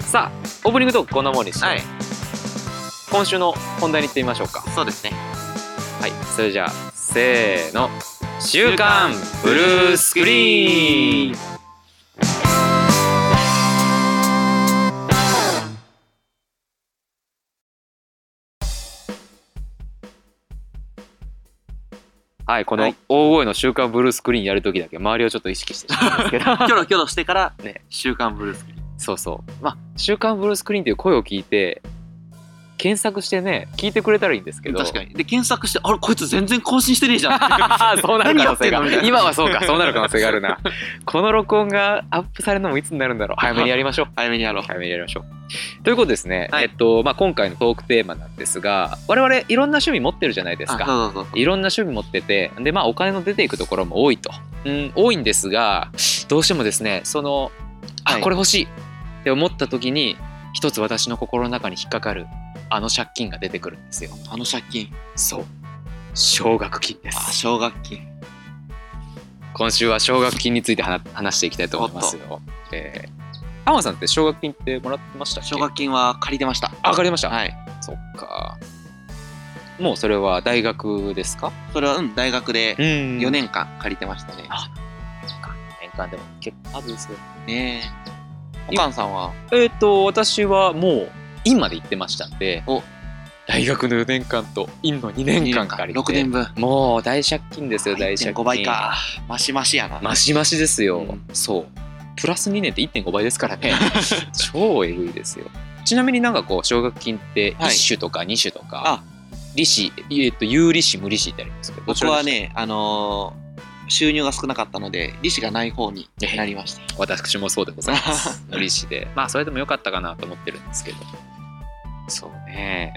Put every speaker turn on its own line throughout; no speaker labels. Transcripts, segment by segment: さあオープニングトークこんなもんにして、
はい
今週の本題に行ってみましょうか
そうですね
はいそれじゃあせーの「週刊ブルースクリーン」はい、こ
は
の
い
大声の週刊ブルースクリーンやるときだけ周りをちょっと意識してしまうんですけど
キ ョロキョロしてから
ね
週刊ブルースクリーン
そうそうまあ「週刊ブルースクリーン」っていう声を聞いて検索してね聞いてくれたらいいんですけど
確かにで検索してあれこいつ全然更新してねえじゃん
そうなる可能性
何やってんのみたい
が
な
今はそうかそうなる可能性があるなこの録音がアップされるのもいつになるんだろう早めにやり ましょう
早めにやろう
早めにやりましょうということですね、
はい
えっとまあ、今回のトークテーマなんですが我々いろんな趣味持ってるじゃないです
あ
か
そうそうそう
いろんな趣味持っててでまあお金の出ていくところも多いと、うん、多いんですがどうしてもですねそのあ、
はい
これ欲しいって思った時に一つ私の心の中に引っかかるあの借金が出てくるんですよ
あの借金
そう奨学金で
あ
す
奨学金
今週は奨学金について話話していきたいと思いますよえー、浜田さんって奨学金ってもらってましたっけ
奨学金は借りてました
あ借りました
はい
そっかもうそれは大学ですか
それはうん大学で
ん
4年間借りてましたね
あ年間でも結構あるんですよ
ねえお母さんは
えっ、と私はもう院まで行ってましたんで
お
大学の4年間と院の2年間借りて
6年分
もう大借金ですよ大借金
1.5倍かマシマシやな
マシマシですよ、
うん
そうプラス2年って1.5倍ですから ね超えぐいですよちなみになんかこう奨学金って
はい
1種とか2種とか、
あ
利子、えっと、有利子無利子ってありますけど
僕はねあのー収入が少なかったので利子がない方になりました
私もそうでございます 無利子でまあそれでもよかったかなと思ってるんですけどそうね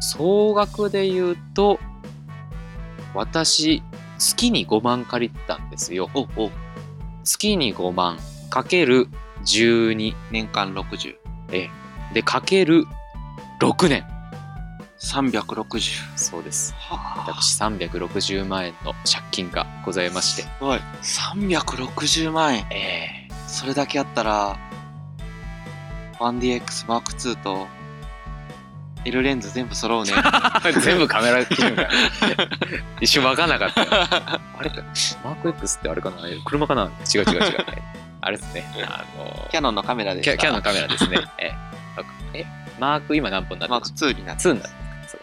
そ総額で言うと私月に5万借りてたんですよ
おお
月に5万かける12
年間60。
でかける6年
360。
そうです
はあ、
私360万円の借金がございまして
すごい。360万円。
ええ
それだけあったら、1DX Mark II と L レンズ全部揃 うね。
全部カメラ基準 が一瞬分かんなかったあれマーク X ってあれかな車かな違う違う違う。 えあれですね。あの
キ
キャ
ャノンのカメラで
キ
した。
ャキャノンのカメラですね。ええ、マーク今何本になって
マ
ま
ーク
す
2になって。
?2 になってますそう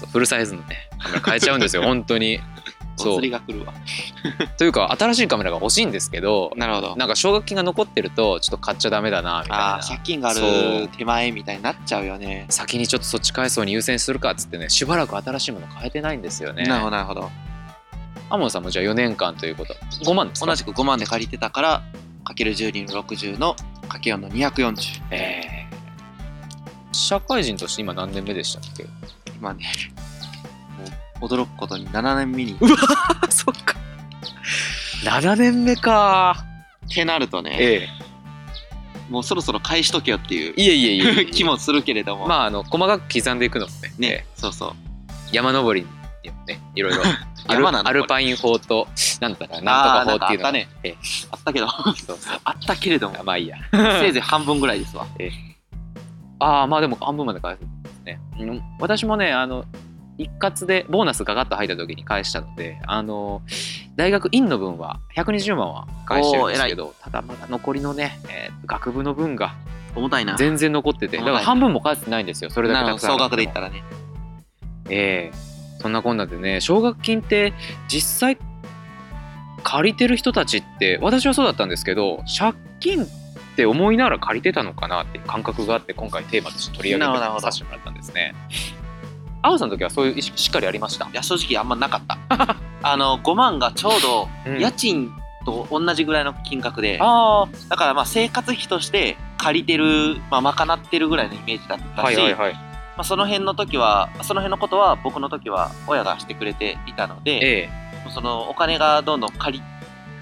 そうフルサイズのね、カメラ変えちゃうん ですよ、本当に。そ
お
う
釣りが来るわ。
というか、新しいカメラが欲しいんですけど、
なるほど。
なんか奨学金が残ってると、ちょっと買っちゃダメだな、みたい
あ
な
あ、。借金がある
そう
手前みたいになっちゃうよね。
先にちょっとそっち改装に優先するかっつってね、しばらく新しいもの変えてないんですよね。
なるほど、なるほど。
アモンさんもじゃあ4年間ということ。5万ですか
同じく5万で借りてたから、かける12の60の、かけ4の240。
えー社会人として今何年目でしたっ け
今ね、もう驚くことに7年目に。
あそっか7年目か
ってなるとね、
ええ
もうそろそろ返しとけよっていう
いえいえいえいえいえ
気もするけれども、
まああの細かく刻んでいくのもね
ね、そうそ
ええ山登りにもねいろいろ
う。
アル
山なの
アル
イ
パイン法となんとかなんとか法っていうの
あーなんかあったね
ええ
あった けど、
そうそう
あったけれども、
まあいいや
せいぜい半分ぐらいですわ。
ああまあでも半分まで返すんですね、うん私もねあの一括でボーナスがガッと入った時に返したのであの大学院の分は120万は返してるんですけどただまだ残りのね、えー学部の分が
重たいな。
全然残っててだから半分も返ってないんですよそれだ
な
けた
るほど
くさん
総額で言った
ら
らね。
ええそんなこんなでね奨学金って実際借りてる人たちって私はそうだったんですけど借金って思いながら借りてたのかなっていう感覚があって今回テーマとして取り上げ
なるほ
て
ど
させてもらったんですね青さんの時はそういう意識しっかりありました
いや、正直あんまなか った。あの、5万がちょうど
うん
家賃と同じぐらいの金額で、
あ
だからまあ生活費として借りてる、まあ賄ってるぐらいのイメージだっ
あ
たし、
はいはいはい
まあその辺の時は、その辺のことは僕の時は親がしてくれていたので、
ええ
そのお金がどんどん借り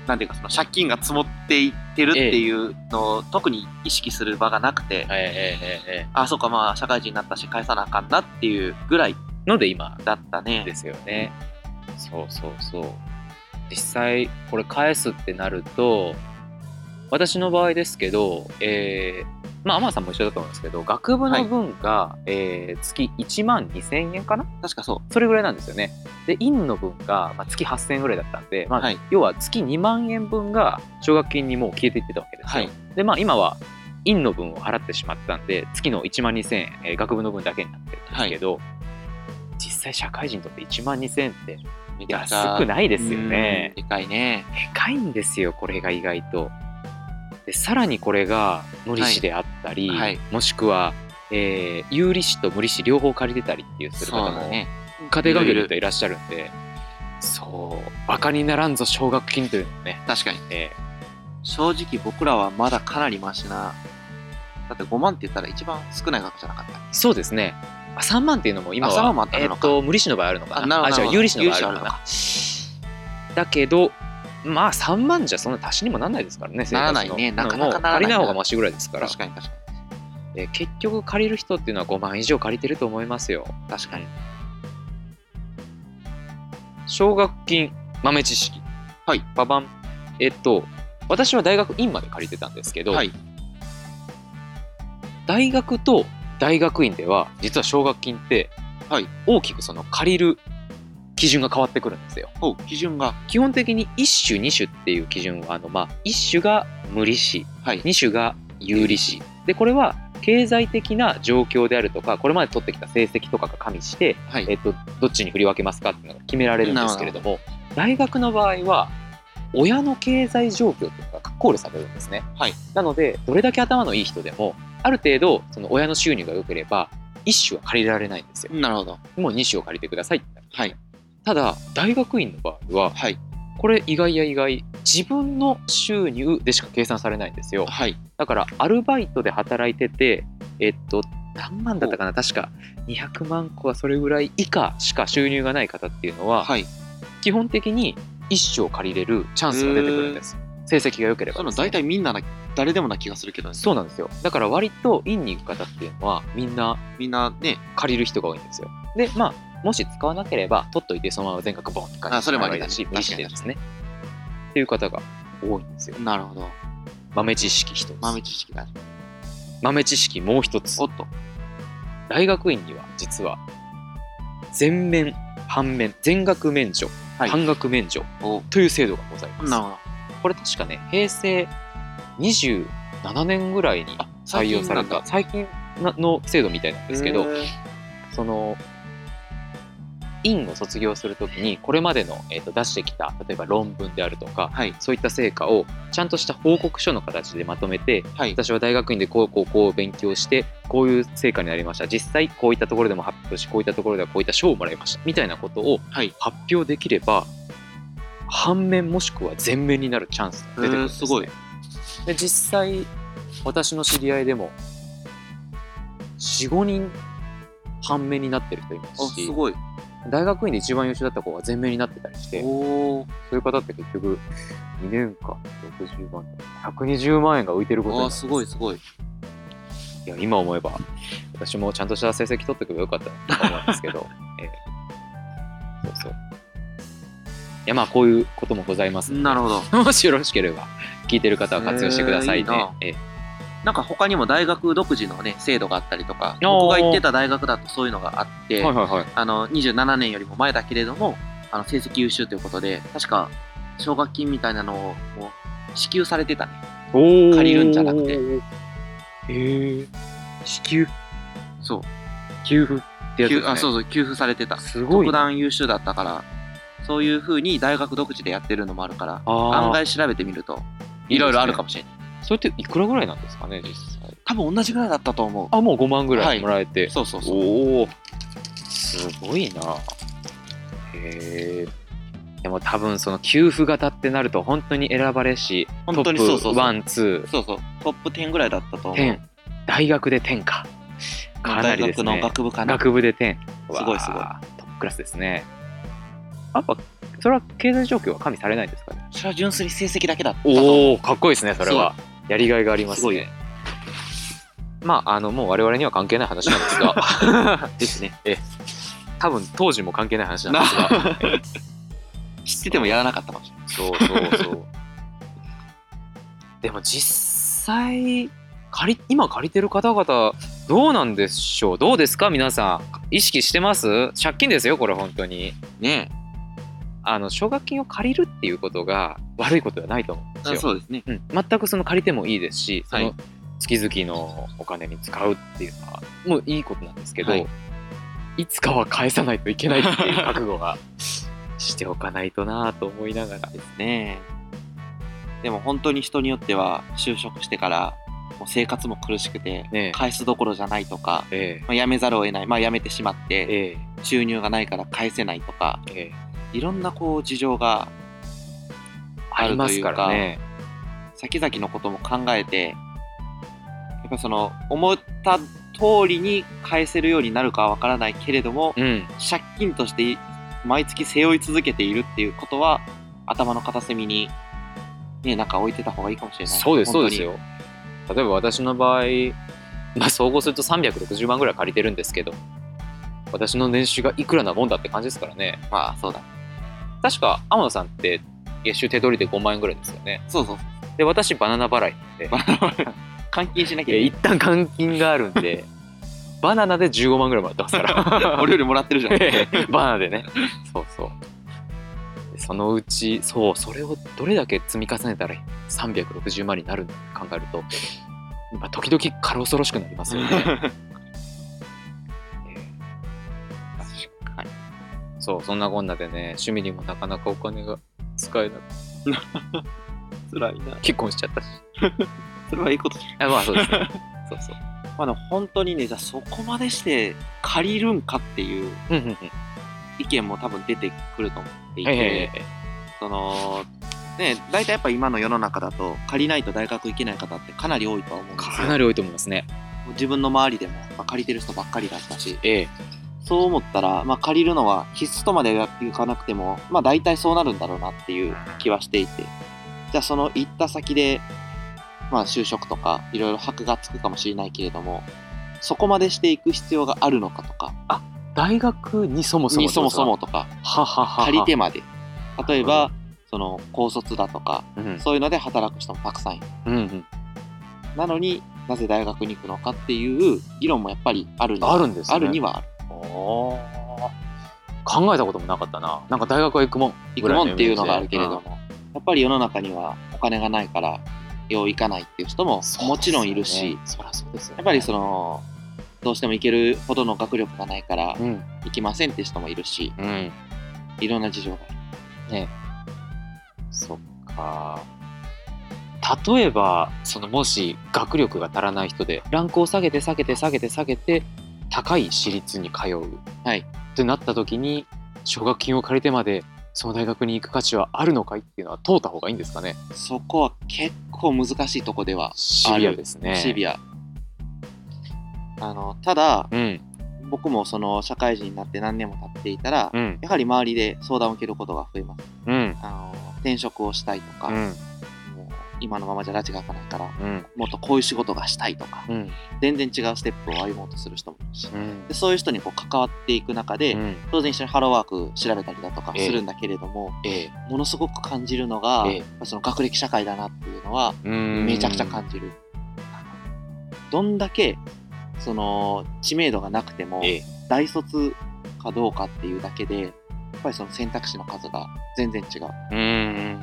なんていうかその借金が積もっていってるっていうのを特に意識する場がなくて、
えええええ
あそうかまあ社会人になったし返さなあかんなっていうぐらい
えので今
だったね
ですよね。そうそうそう。実際これ返すってなると私の場合ですけど、えーまあ、天野さんも一緒だと思うんですけど学部の分が、えー月1万2000円かな
確かそ
それぐらいなんですよねで院の分が、まあ、月8000円ぐらいだったんで、
う。
まあ
はい。
要は月2万円分が奨学金にもう消えていってたわけですよ、
はい
でまあ今は院の分を払ってしまったんで月の1万2000円、えー学部の分だけになってるんですけど、実際社会人にとって1万2000円って
めちゃくちゃ
安くないですよね
うんでかいね。
でかいんですよこれが意外とでさらにこれが無利子であったり、
はいはい
もしくは、えー有利子と無利子両方借りてたりっていうする
そ
方
うだ
も、
ね。
家庭学業といらっしゃるんでそうバカにならんぞ奨学金というのもね、
確かに。
え
正直僕らはまだかなりマシな。だって5万って言ったら一番少ない額じゃなかった。
ーそうですねあ3万っていうのも今
あ3
は
万もあった
えー
のか
っと無利子の場合あるのかな
あなるほ
あ違
ど
う有利子の場合あるのかな
有
だけどまあ3万じゃそんな足しにもなんないですからね生活の
ならないねなかなかな
もう
らないな
借りない方がマシぐらいですから
確かに確か
で結局借りる人っていうのは5万以上借りてると思いますよ
に。確かに。
奨学金豆知識
はい
ババンえっと私は大学院まで借りてたんですけど、
はい。
大学と大学院では実は奨学金って
はい
大きくその借りる基準が変わってくるんですよ
お基準が。
基本的に1種2種っていう基準はあの、まあ、1種が無利子
はい。
2種が有利子でこれは経済的な状況であるとかこれまで取ってきた成績とかが加味して
はい
え。っと、どっちに振り分けますかっていうのが決められるんですけれども大学の場合は親の経済状況というのが考慮されるんですね、
はい
なのでどれだけ頭のいい人でもある程度その親の収入が良ければ1種は借りられないんですよ
なるほど。
もう2種を借りてくださいってなる
はい。
ただ大学院の場合は
はい。
これ意外や意外自分の収入でしか計算されないんですよ
はい。
だからアルバイトで働いててえっと何万だったかな確か200万個はそれぐらい以下しか収入がない方っていうのは、
はい。
基本的に一生借りれるチャンスが出てくるんです成績が良ければ
その
ですね
大体みんなな、誰でもな気がするけどね。
そうなんですよだから割と院に行く方っていうのはみんな
みんなね、
借りる人が多いんですよでまあもし使わなければ取っといてそのまま全額ボンって返して
あそれもありだね
だし無
確
理
かに
してですねっていう方が多いんですよ
なるほど。
豆知識一つ
豆知識だ。
豆知識もう一つ
おっと。
大学院には実は全面半面全額免除、
はい
半額免除
お
という制度がございます
なるほど。
これ確かね平成27年ぐらいに
あ、
採用された最近なの制度みたいなんですけどその院を卒業するときにこれまでの、えー、と出してきた例えば論文であるとか
はい。
そういった成果をちゃんとした報告書の形でまとめて
はい。
私は大学院でこうこうこう勉強してこういう成果になりました実際こういったところでも発表しこういったところではこういった賞をもらいましたみたいなことを
はい。
発表できれば反面もしくは全面になるチャンスが出てくるんです,、
へーすごい
で実際私の知り合いでも45人反面になってる人いま
あ、
す
す
し
ごい。
大学院で一番優秀だった子が全面になってたりして
おお。
そういう方って結局2年間60万120万円が浮いてることにな
あ
る
ー、
んです
ごいすごい。
いや今思えば私もちゃんとした成績取っておけばよかったなと思うんですけ ど、ええそうそういやまあこういうこともございます
なるほど。
どもしよろしければ聞いてる方は活用してくださいね
えーいいな
ええ
なんか他にも大学独自のね、制度があったりとか、
おー
僕が行ってた大学だとそういうのがあって、
はいはいはい
あの、27年よりも前だけれども、あの、成績優秀ということで、確か、奨学金みたいなのをもう支給されてたね。
お
借りるんじゃなくて
へえ支給
そう。
給付ってやつです、
給付
ね、
あ、そうそう、給付されてた。
すごい
特
な
段優秀だったから、そういう風に大学独自でやってるのもあるから、案
ああ
外調べてみると、いろいろあるかもしれない。
それっていくらぐらいなんですかね実際
多分同じぐらいだったと思う。
あもう5万ぐら
はいい
もらえて、
そうそうそう。
おおすごいなへえでも多分その給付型ってなると本当に選ばれし
本当にそうそうそう
トップワンツ
そうそう。トップ10ぐらいだったと
ー
思う。
天大学で天かかな
大
りです
学の
ね
学部かな。
学部で天
すごいすごい
わあトップクラスですねやっぱそれは経済状況は加味されないんですかね
それは純粋に成績だけだったと思う。
おおかっこいいですねそれはやりがいがあります
すご
ね
い
まああのもう我々には関係ない話なん ですが
ですね。
多分当時も関係ない話なんですが
知っててもやらなかったかもしれない。
そうそうそうでも実際借り今借りてる方々どうなんでしょうどうですか皆さん意識してます借金ですよこれ本当に
ね
あの奨学金を借りるっていうことが悪いことではないと思うんです
あ
よ
そうですね。
うん、全くその借りてもいいですし、そ
は
の
い
月々のお金に使うっていうのはもういいことなんですけど、
はいい、
つかは返さないといけないっていう覚悟 がしておかないとなぁと思いながら
ですね。でも本当に人によっては就職してからもう生活も苦しくて、
ね
返すどころじゃないとか、
え
まあ、辞めざるを得ない、まあ、辞めてしまっ
え
て
え
収入がないから返せないとか
えええ
いろんなこう事情が
あ
あ
り
ると
ます
いうか
からね。
先々のことも考えてやっぱその思った通りに返せるようになるかはわからないけれども
うん、
借金として毎月背負い続けているっていうことは頭の片隅にねなんか置いてた方がいいかもしれない
そうですそうです
本
よ。例えば私の場合、まあ、総合すると360万ぐらい借りてるんですけど私の年収がいくらなもんだって感じですからね
当にまあそうだ
確か天野さんって月収手取りで5万円ぐらいですよね。
そうそう
で私バナナ払いなんで
換金しなきゃ
え
い
一旦換金があるん でバナナで15万ぐらいもらってますか
けない
ら
俺よりもらって るじゃん
バナナでねそうそうそのうちそうそれをどれだけ積み重ねたら360万になるのか考えると、まあ、時々軽恐ろしくなります よね、えー
確かに
そうそんなこんなでね趣味にもなかなかお金が使えなくて
辛いな
結婚しちゃったし
それはいいことじゃ
あ
ん
まあそうですね そうそう
まあでも本当にねじゃあそこまでして借りるんかっていう
うんうんうん
意見も多分出てくると思っていて、
ええええ
そのね大体やっぱ今の世の中だと借りないと大学行けない方ってかなり多いとは思うんですよ
かなり多いと思いますね
自分の周りでも、まあ、借りてる人ばっかりだったし
ええ
そう思ったら、まあ、借りるのは必須とまではいかなくても、まあ、大体そうなるんだろうなっていう気はしていてじゃあその行った先で、まあ、就職とかいろいろ箔がつくかもしれないけれどもそこまでしていく必要があるのかとか
大学にそもそも
にそもそもとか
ははは
借りて
も、
まで
な
例え
る
ばその高卒だとか
うんうん
そういうので働く人もたくさんいる
うん、
なのになぜ大学に行くのかっていう議論もやっぱりあるには
あるんですね
あるにはある
おー考えたこともなかったななんか大学は行くもん
行くもんっていうのがあるけれど
う
も、やっぱり世の中にはお金がないからよう行かないっていう人ももちろんいるし、
そりゃそうですよね
やっぱりそのどうしても行けるほどの学力がないから
うん
行きませんって人もいるし
うん
いろんな事情がある
そっか例えばそのもし学力が足らない人でランクを下げて下げて下げて下げて高い私立に通う、
はい
ってなった時に奨学金を借りてまでその大学に行く価値はあるのかいっていうのは通った方がいいんですかね
そこは結構難しいとこでは
シビアですね
シ
ア
ビアあのただ
うん
僕もその社会人になって何年も経っていたら、
うん
やはり周りで相談を受けることが増えます
うん
あの転職をしたいとか、
うん
もう今のままじゃ拉致が開かないから
うん
もっとこういう仕事がしたいとか
うん
全然違うステップを歩もうとする人もいるし
うん
でそういう人にこう関わっていく中で、
うん
当然一緒にハローワーク調べたりだとか
ええ
するんだけれども、
ええ
ものすごく感じるのが、
ええ
やっぱその学歴社会だなっていうのはめ
め
ちゃくちゃ感じる。どんだけその知名度がなくても、
ええ
大卒かどうかっていうだけでやっぱりその選択肢の数が全然違う。
うーん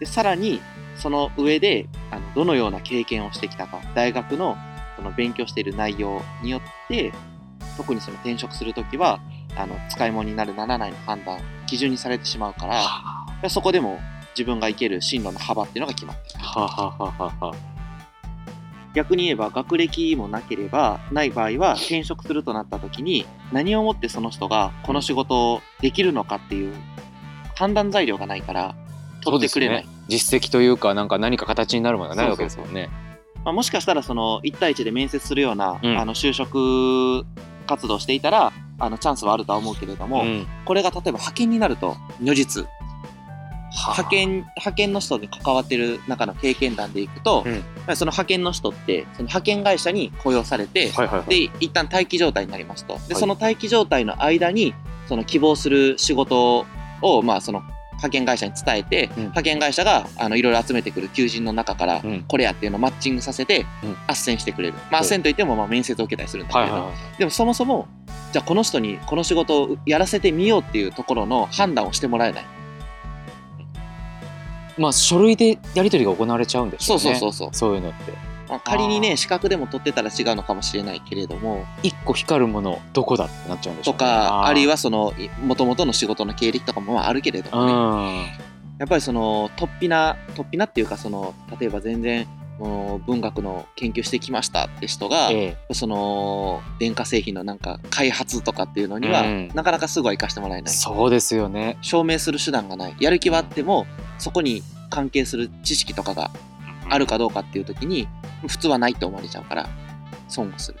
でさらにその上であのどのような経験をしてきたか大学のその勉強している内容によって特にその転職するときはあの使い物になるならないの判断基準にされてしまうから
は
でそこでも自分が行ける進路の幅っていうのが決まってくる
はははは
逆に言えば学歴もなければない場合は転職するとなった時に何をもってその人がこの仕事をできるのかっていう判断材料がないから取ってくれない
そうですね実績というかなんか何か形になるものがないわけですもんね
まあ、もしかしたらその1対1で面接するような、
うん
あの就職活動していたらあのチャンスはあるとは思うけれども、
うん
これが例えば派遣になると如実派遣派遣の人に関わってる中の経験談でいくと、
うん
やっぱりその派遣の人ってその派遣会社に雇用されて、
はいはいはい
で一旦待機状態になりますとで、
はい
その待機状態の間にその希望する仕事をまあその派遣会社に伝えて、
うん
派遣会社があのいろいろ集めてくる求人の中から、
うん
これやっていうのをマッチングさせて、
うん
斡旋してくれる、
ほ
まあ、
う
斡旋といってもまあ面接を受けたりするんだけ
はい
れど、
はいはい
でもそもそもじゃあこの人にこの仕事をやらせてみようっていうところの判断をしてもらえない、
まあ書類でやり取りが行われちゃうんでしょ
そうう
ね
そうそううそう、
そういうのって
まあ仮に
あ
ね資格でも取ってたら違うのかもしれないけれども
一個光るものどこだってなっちゃうんでしょ
と
う、ね、
かあるい
は
はそのもともとの仕事の経歴とかもまああるけれどもね、やっぱりその突飛な突飛なっていうかその例えば全然もう文学の研究してきましたって人が、
うんえ
その電化製品のなんか開発とかっていうのには、
うん
なかなかすぐは生かしてもらえ
え
ない
そうですよね
証明する手段がないやる気はあってもそこに関係する知識とかがあるかどうかっていう時に普通はないって思われちゃうから損をする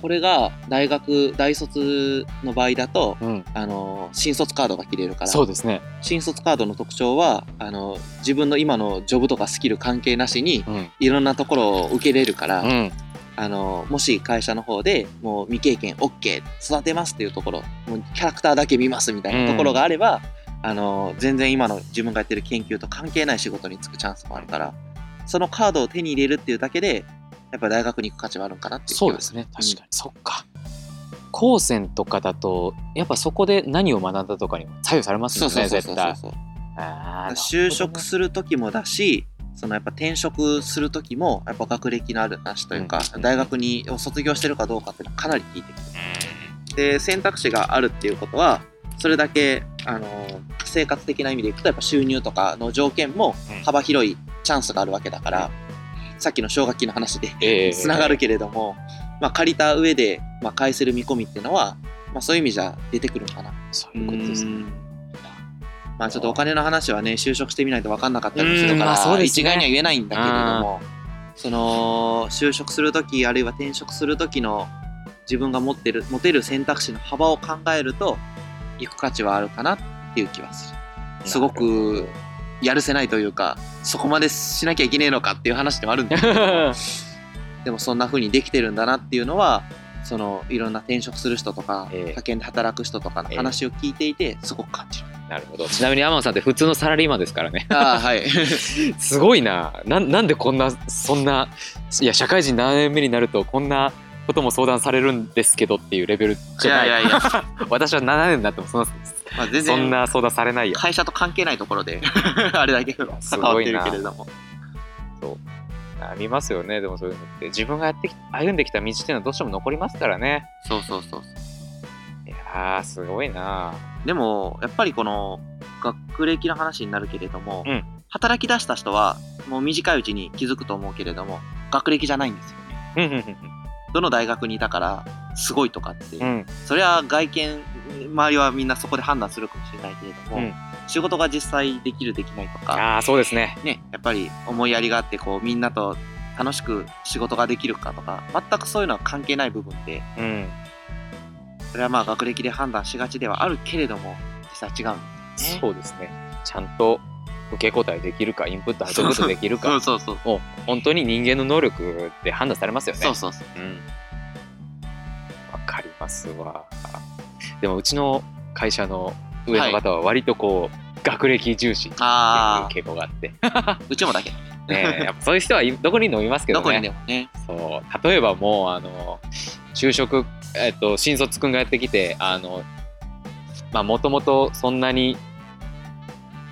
これが大学大卒の場合だと
うん
あの新卒カードが切れるから
そうですね
新卒カードの特徴はあの自分の今のジョブとかスキル関係なしに
うん
いろんなところを受けれるから、
うん
あのもし会社の方でもう未経験 OK 育てますっていうところもうキャラクターだけ見ますみたいなところがあれば、あの全然今の自分がやってる研究と関係ない仕事に就くチャンスもあるからそのカードを手に入れるっていうだけでやっぱ大学に行く価値はあるんかなっていう気が
そうです
ね
ね確かに、そっか高専とかだとやっぱそこで何を学んだとかにも左右されます
そ
も
うんそう
ね
そうそ
絶
うそう
対
そう
あー
就職する時もだしそのやっぱ転職する時もやっぱ学歴のあるなしというか、
うん
大学にを卒業してるかどうかっていうのはかなり効いてくるで選択肢があるっていうことはそれだけ、あの生活的な意味でいくとやっぱ収入とかの条件も
うん
幅広いチャンスがあるわけだから、さっきの奨学金の話で
ええ
つながるけれども、まあ、借りた上で、まあ、返せる見込みっていうのは、まあ、そういう意味じゃ出てくるのかな
そういうことですね
うんまあちょっとお金の話はね就職してみないと分かんなかったりす
う
る
ん
から、
まあそうですね
一概には言えないんだけれどもその就職する時あるいは転職する時の自分が持ってる持てる選択肢の幅を考えると行く価値はあるかなっていう気はするす ごくやるせないというかそこまでしなきゃいけねえのかっていう話ではあるんだけど でもそんな風にできてるんだなっていうのはそのいろんな転職する人とか、
ええ
派遣で働く人とかの話を聞いていてすごく感じる。
なるほどちなみに天野さんって普通のサラリーマンですからね
ああはい
すごいななんなんでこんなそんないや社会人何年目になるとこんなことも相談されるんですけどっていうレベルじゃない
いや、
私は7年になってもそんな
まあ、全
そん
然
な相談されないよ
会社と関係ないところで あれだけ関
す
わっ
ご
て
い
る
な
けれども
ありますよねでもそういうのって自分がやってき歩んできた道っていうのはどうしても残りますからね
そうそうそうそう
いやーすごいな
でもやっぱりこの学歴の話になるけれども、
うん
働き出した人はもう短いうちに気づくと思うけれども学歴じゃないんですよね
うんうん
どの大学にいたからすごいとかって、
うんうん
それは外見周りはみんなそこで判断するかもしれないけれども、
うん
仕事が実際できるできないとか
ああそうですね
ね、やっぱり思いやりがあってこうみんなと楽しく仕事ができるかとか全くそういうのは関係ない部分で
うん
それはまあ学歴で判断しがちではあるけれども実際違うんですね。
そうですねちゃんと受け答えできるかインプットアウトプットできる
そ
か
うそうそう
もう本当に人間の能力で判断されますよね
そうそうそ
う
う。
んわかりますわでもうちの会社の上の方は割とこう、学歴重視っていう
あ
傾向があって
あうちもだけど
ね えやっぱそういう人はいどこにでもいますけど
ど
ね
こにでもね。
そう例えばもうあの就職、えっと、新卒くんがやってきてあのまあもともとそんなに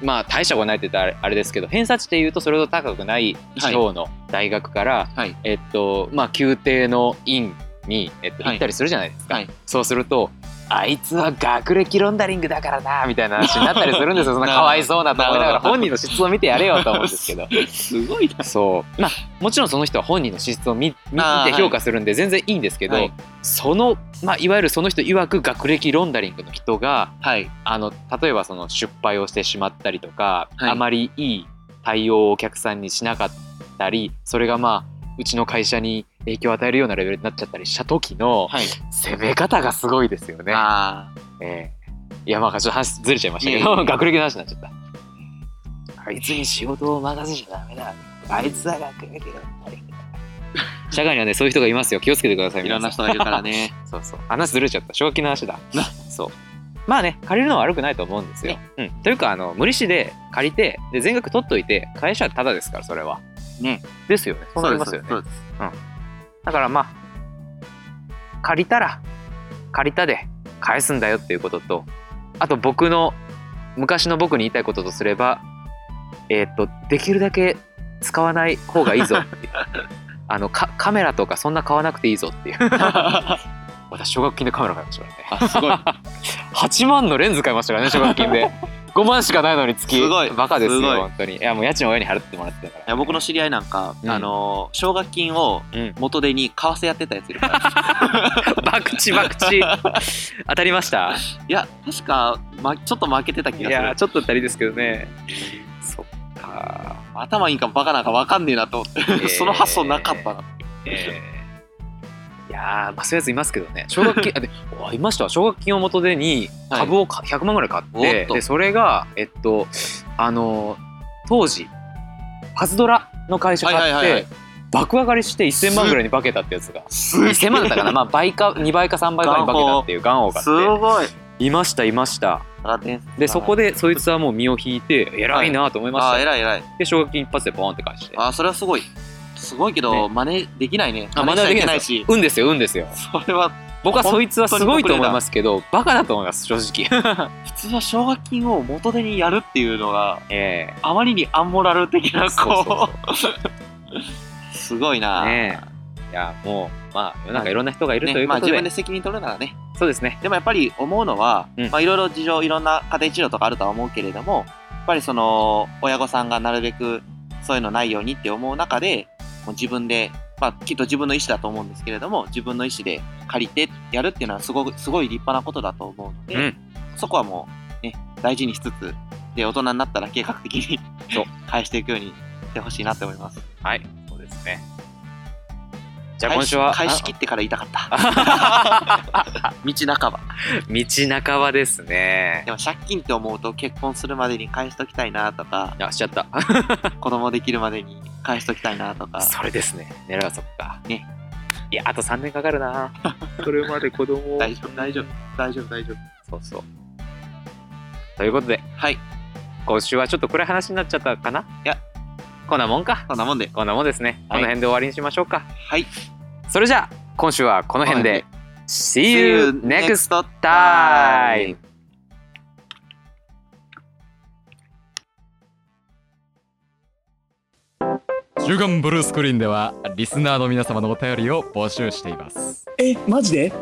まあ大したことないって言ったらあれですけど偏差値で言うとそれほど高くない地方の大学から、
はい
えっとまあ宮廷の院に、えっと、
はい
行ったりするじゃないですか、
はい
そうするとあいつは学歴ロンダリングだからなみたいな話になったりするんです よそんなかわいそうなと思いなが
なる
ら
ほど
本人の質を見てやれよと思うんです けど
すごいな。
そうまあもちろんその人は本人の資質を見見
あー
て評価するんで全然いいんですけど、
はい
その、まあ、いわゆるその人曰く学歴ロンダリングの人が
はい
あの例えばその失敗をしてしまったりとか、
はい
あまりいい対応をお客さんにしなかったりそれがまあうちの会社に影響を与えるようなレベルになっちゃったりした時の
はい。
攻め方がすごいですよね。
あ
ええいやまあちょっと話ずれちゃいましたけ
いえい
ど
え
学歴の話になっちゃったあいつに仕事を任せちゃダメだあいつは学歴だ 社会にはねそういう人がいますよ気をつけてくださ
あ
い
いろんな
皆さ
人がいるからね。
そうそう話ずれちゃった正気の話だそうまあね借りるのは悪くないと思うんですよ。うん、というかあの無利子で借りてで全額取っといて返しはタダですからそれは。
ね
ですよね そうなりますよね。
そうです
だからまあ借りたら借りたで返すんだよっていうこととあと僕の昔の僕に言いたいこととすればえーっとできるだけ使わない方がいいぞっていう あのかカメラとかそんな買わなくていいぞっていう 私奨学金でカメラ買いましたからね
あすごい
8万のレンズ買いましたからね奨学金 で5万しかないのに月
すごい
バカですよ
すごい
本当にいやもう家賃を親に払ってもらってたか
い
ら
や僕の知り合いなんか、
うん
あのー奨学金を
うん
元手に為替やってたやついるから
バクチバクチ 当たりました
いや確か、ま、ちょっと負けてた気
い
がす
やー
る
ちょっとだったりですけどねそっか
頭いいんかバカなんか分かんねえなと思って、
ー
その発想なかったな
ー、えーいやーまあそういうやついますけどね奨学 金あであいましたわ奨学金を元手に株をか100万ぐらい買って、
おっと
でそれがえっとあのー当時パズドラの会社買って、
はいはいはいはい
爆上がりして1000万ぐらいに化けたってやつが
す
1000万だったかなまあ倍か2倍か3倍かに化けたっていうガンを買
すごい
っていましたいました
あね
でそこでそいつはもう身を引いて偉いなと思いましたよ、
あー偉い偉い
で奨学金一発でボーンって返して
あーそれはすごいすごいけど、
ね
真似できないね
あ真似
しち
は
ゃ
で
い
き
け
な
ないい
で
し
運ですよ運ですよ
それは
僕はそいつはすごいと思いますけどバカだと思います正直
普通は奨学金を元手にやるっていうのが
ええ
あまりにアンモラル的なこ
そ
う
うそう
すごいな、
ねいやもうまあ世の中いろんな人がいるとい
ね
う
まあ、
こと
自
で,、
分で責任取るならね
そうですね
でもやっぱり思うのは、
うん
まあ、いろいろ事情いろんな家庭事情とかあるとは思うけれどもやっぱりその親御さんがなるべくそういうのないようにって思う中でもう自分で、まあ、きっと自分の意思だと思うんですけれども自分の意思で借りてやるっていうのはすごくすごい立派なことだと思うので、
うん
そこはもう、ね、大事にしつつで大人になったら計画的に
そう
返していくようにしてほしいなって思います。
はいそうですねじゃあ今週は
返し返し切ってから言いたかった。 道半ば。
道半ばですね
でも借金って思うと結婚するまでに返しときたいなと か
あしちゃった
子供できるまでに返しときたいなと か
それですね狙うそっか
ね
いやあと3年かかるな それまで子供を
大丈夫大丈夫大丈夫大丈夫
そうそうということで
はい
今週はちょっと暗い話になっちゃったかない
や
こんなもんか
そんなもんで
こんなもんですね、こ
はい
の辺で終わりにしましょうか
はい
それじゃあ今週はこの辺で See
See
you
you
next
next
time!
time!
「週刊ブルースクリーン」ではリスナーの皆様のお便りを募集しています
えマジで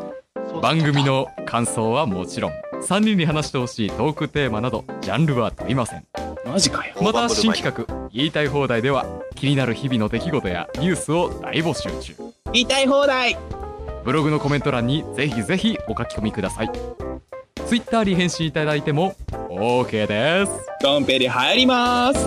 番組の感想はもちろん3人に話してほしいトークテーマなどジャンルは問いません
マジかよ
また新企画「言いたい放題」では気になる日々の出来事やニュースを大募集中
言いたい放題
ブログのコメント欄にぜひぜひお書き込みくださいツイッターに返信いただいても OK です
ドンペリ流行ります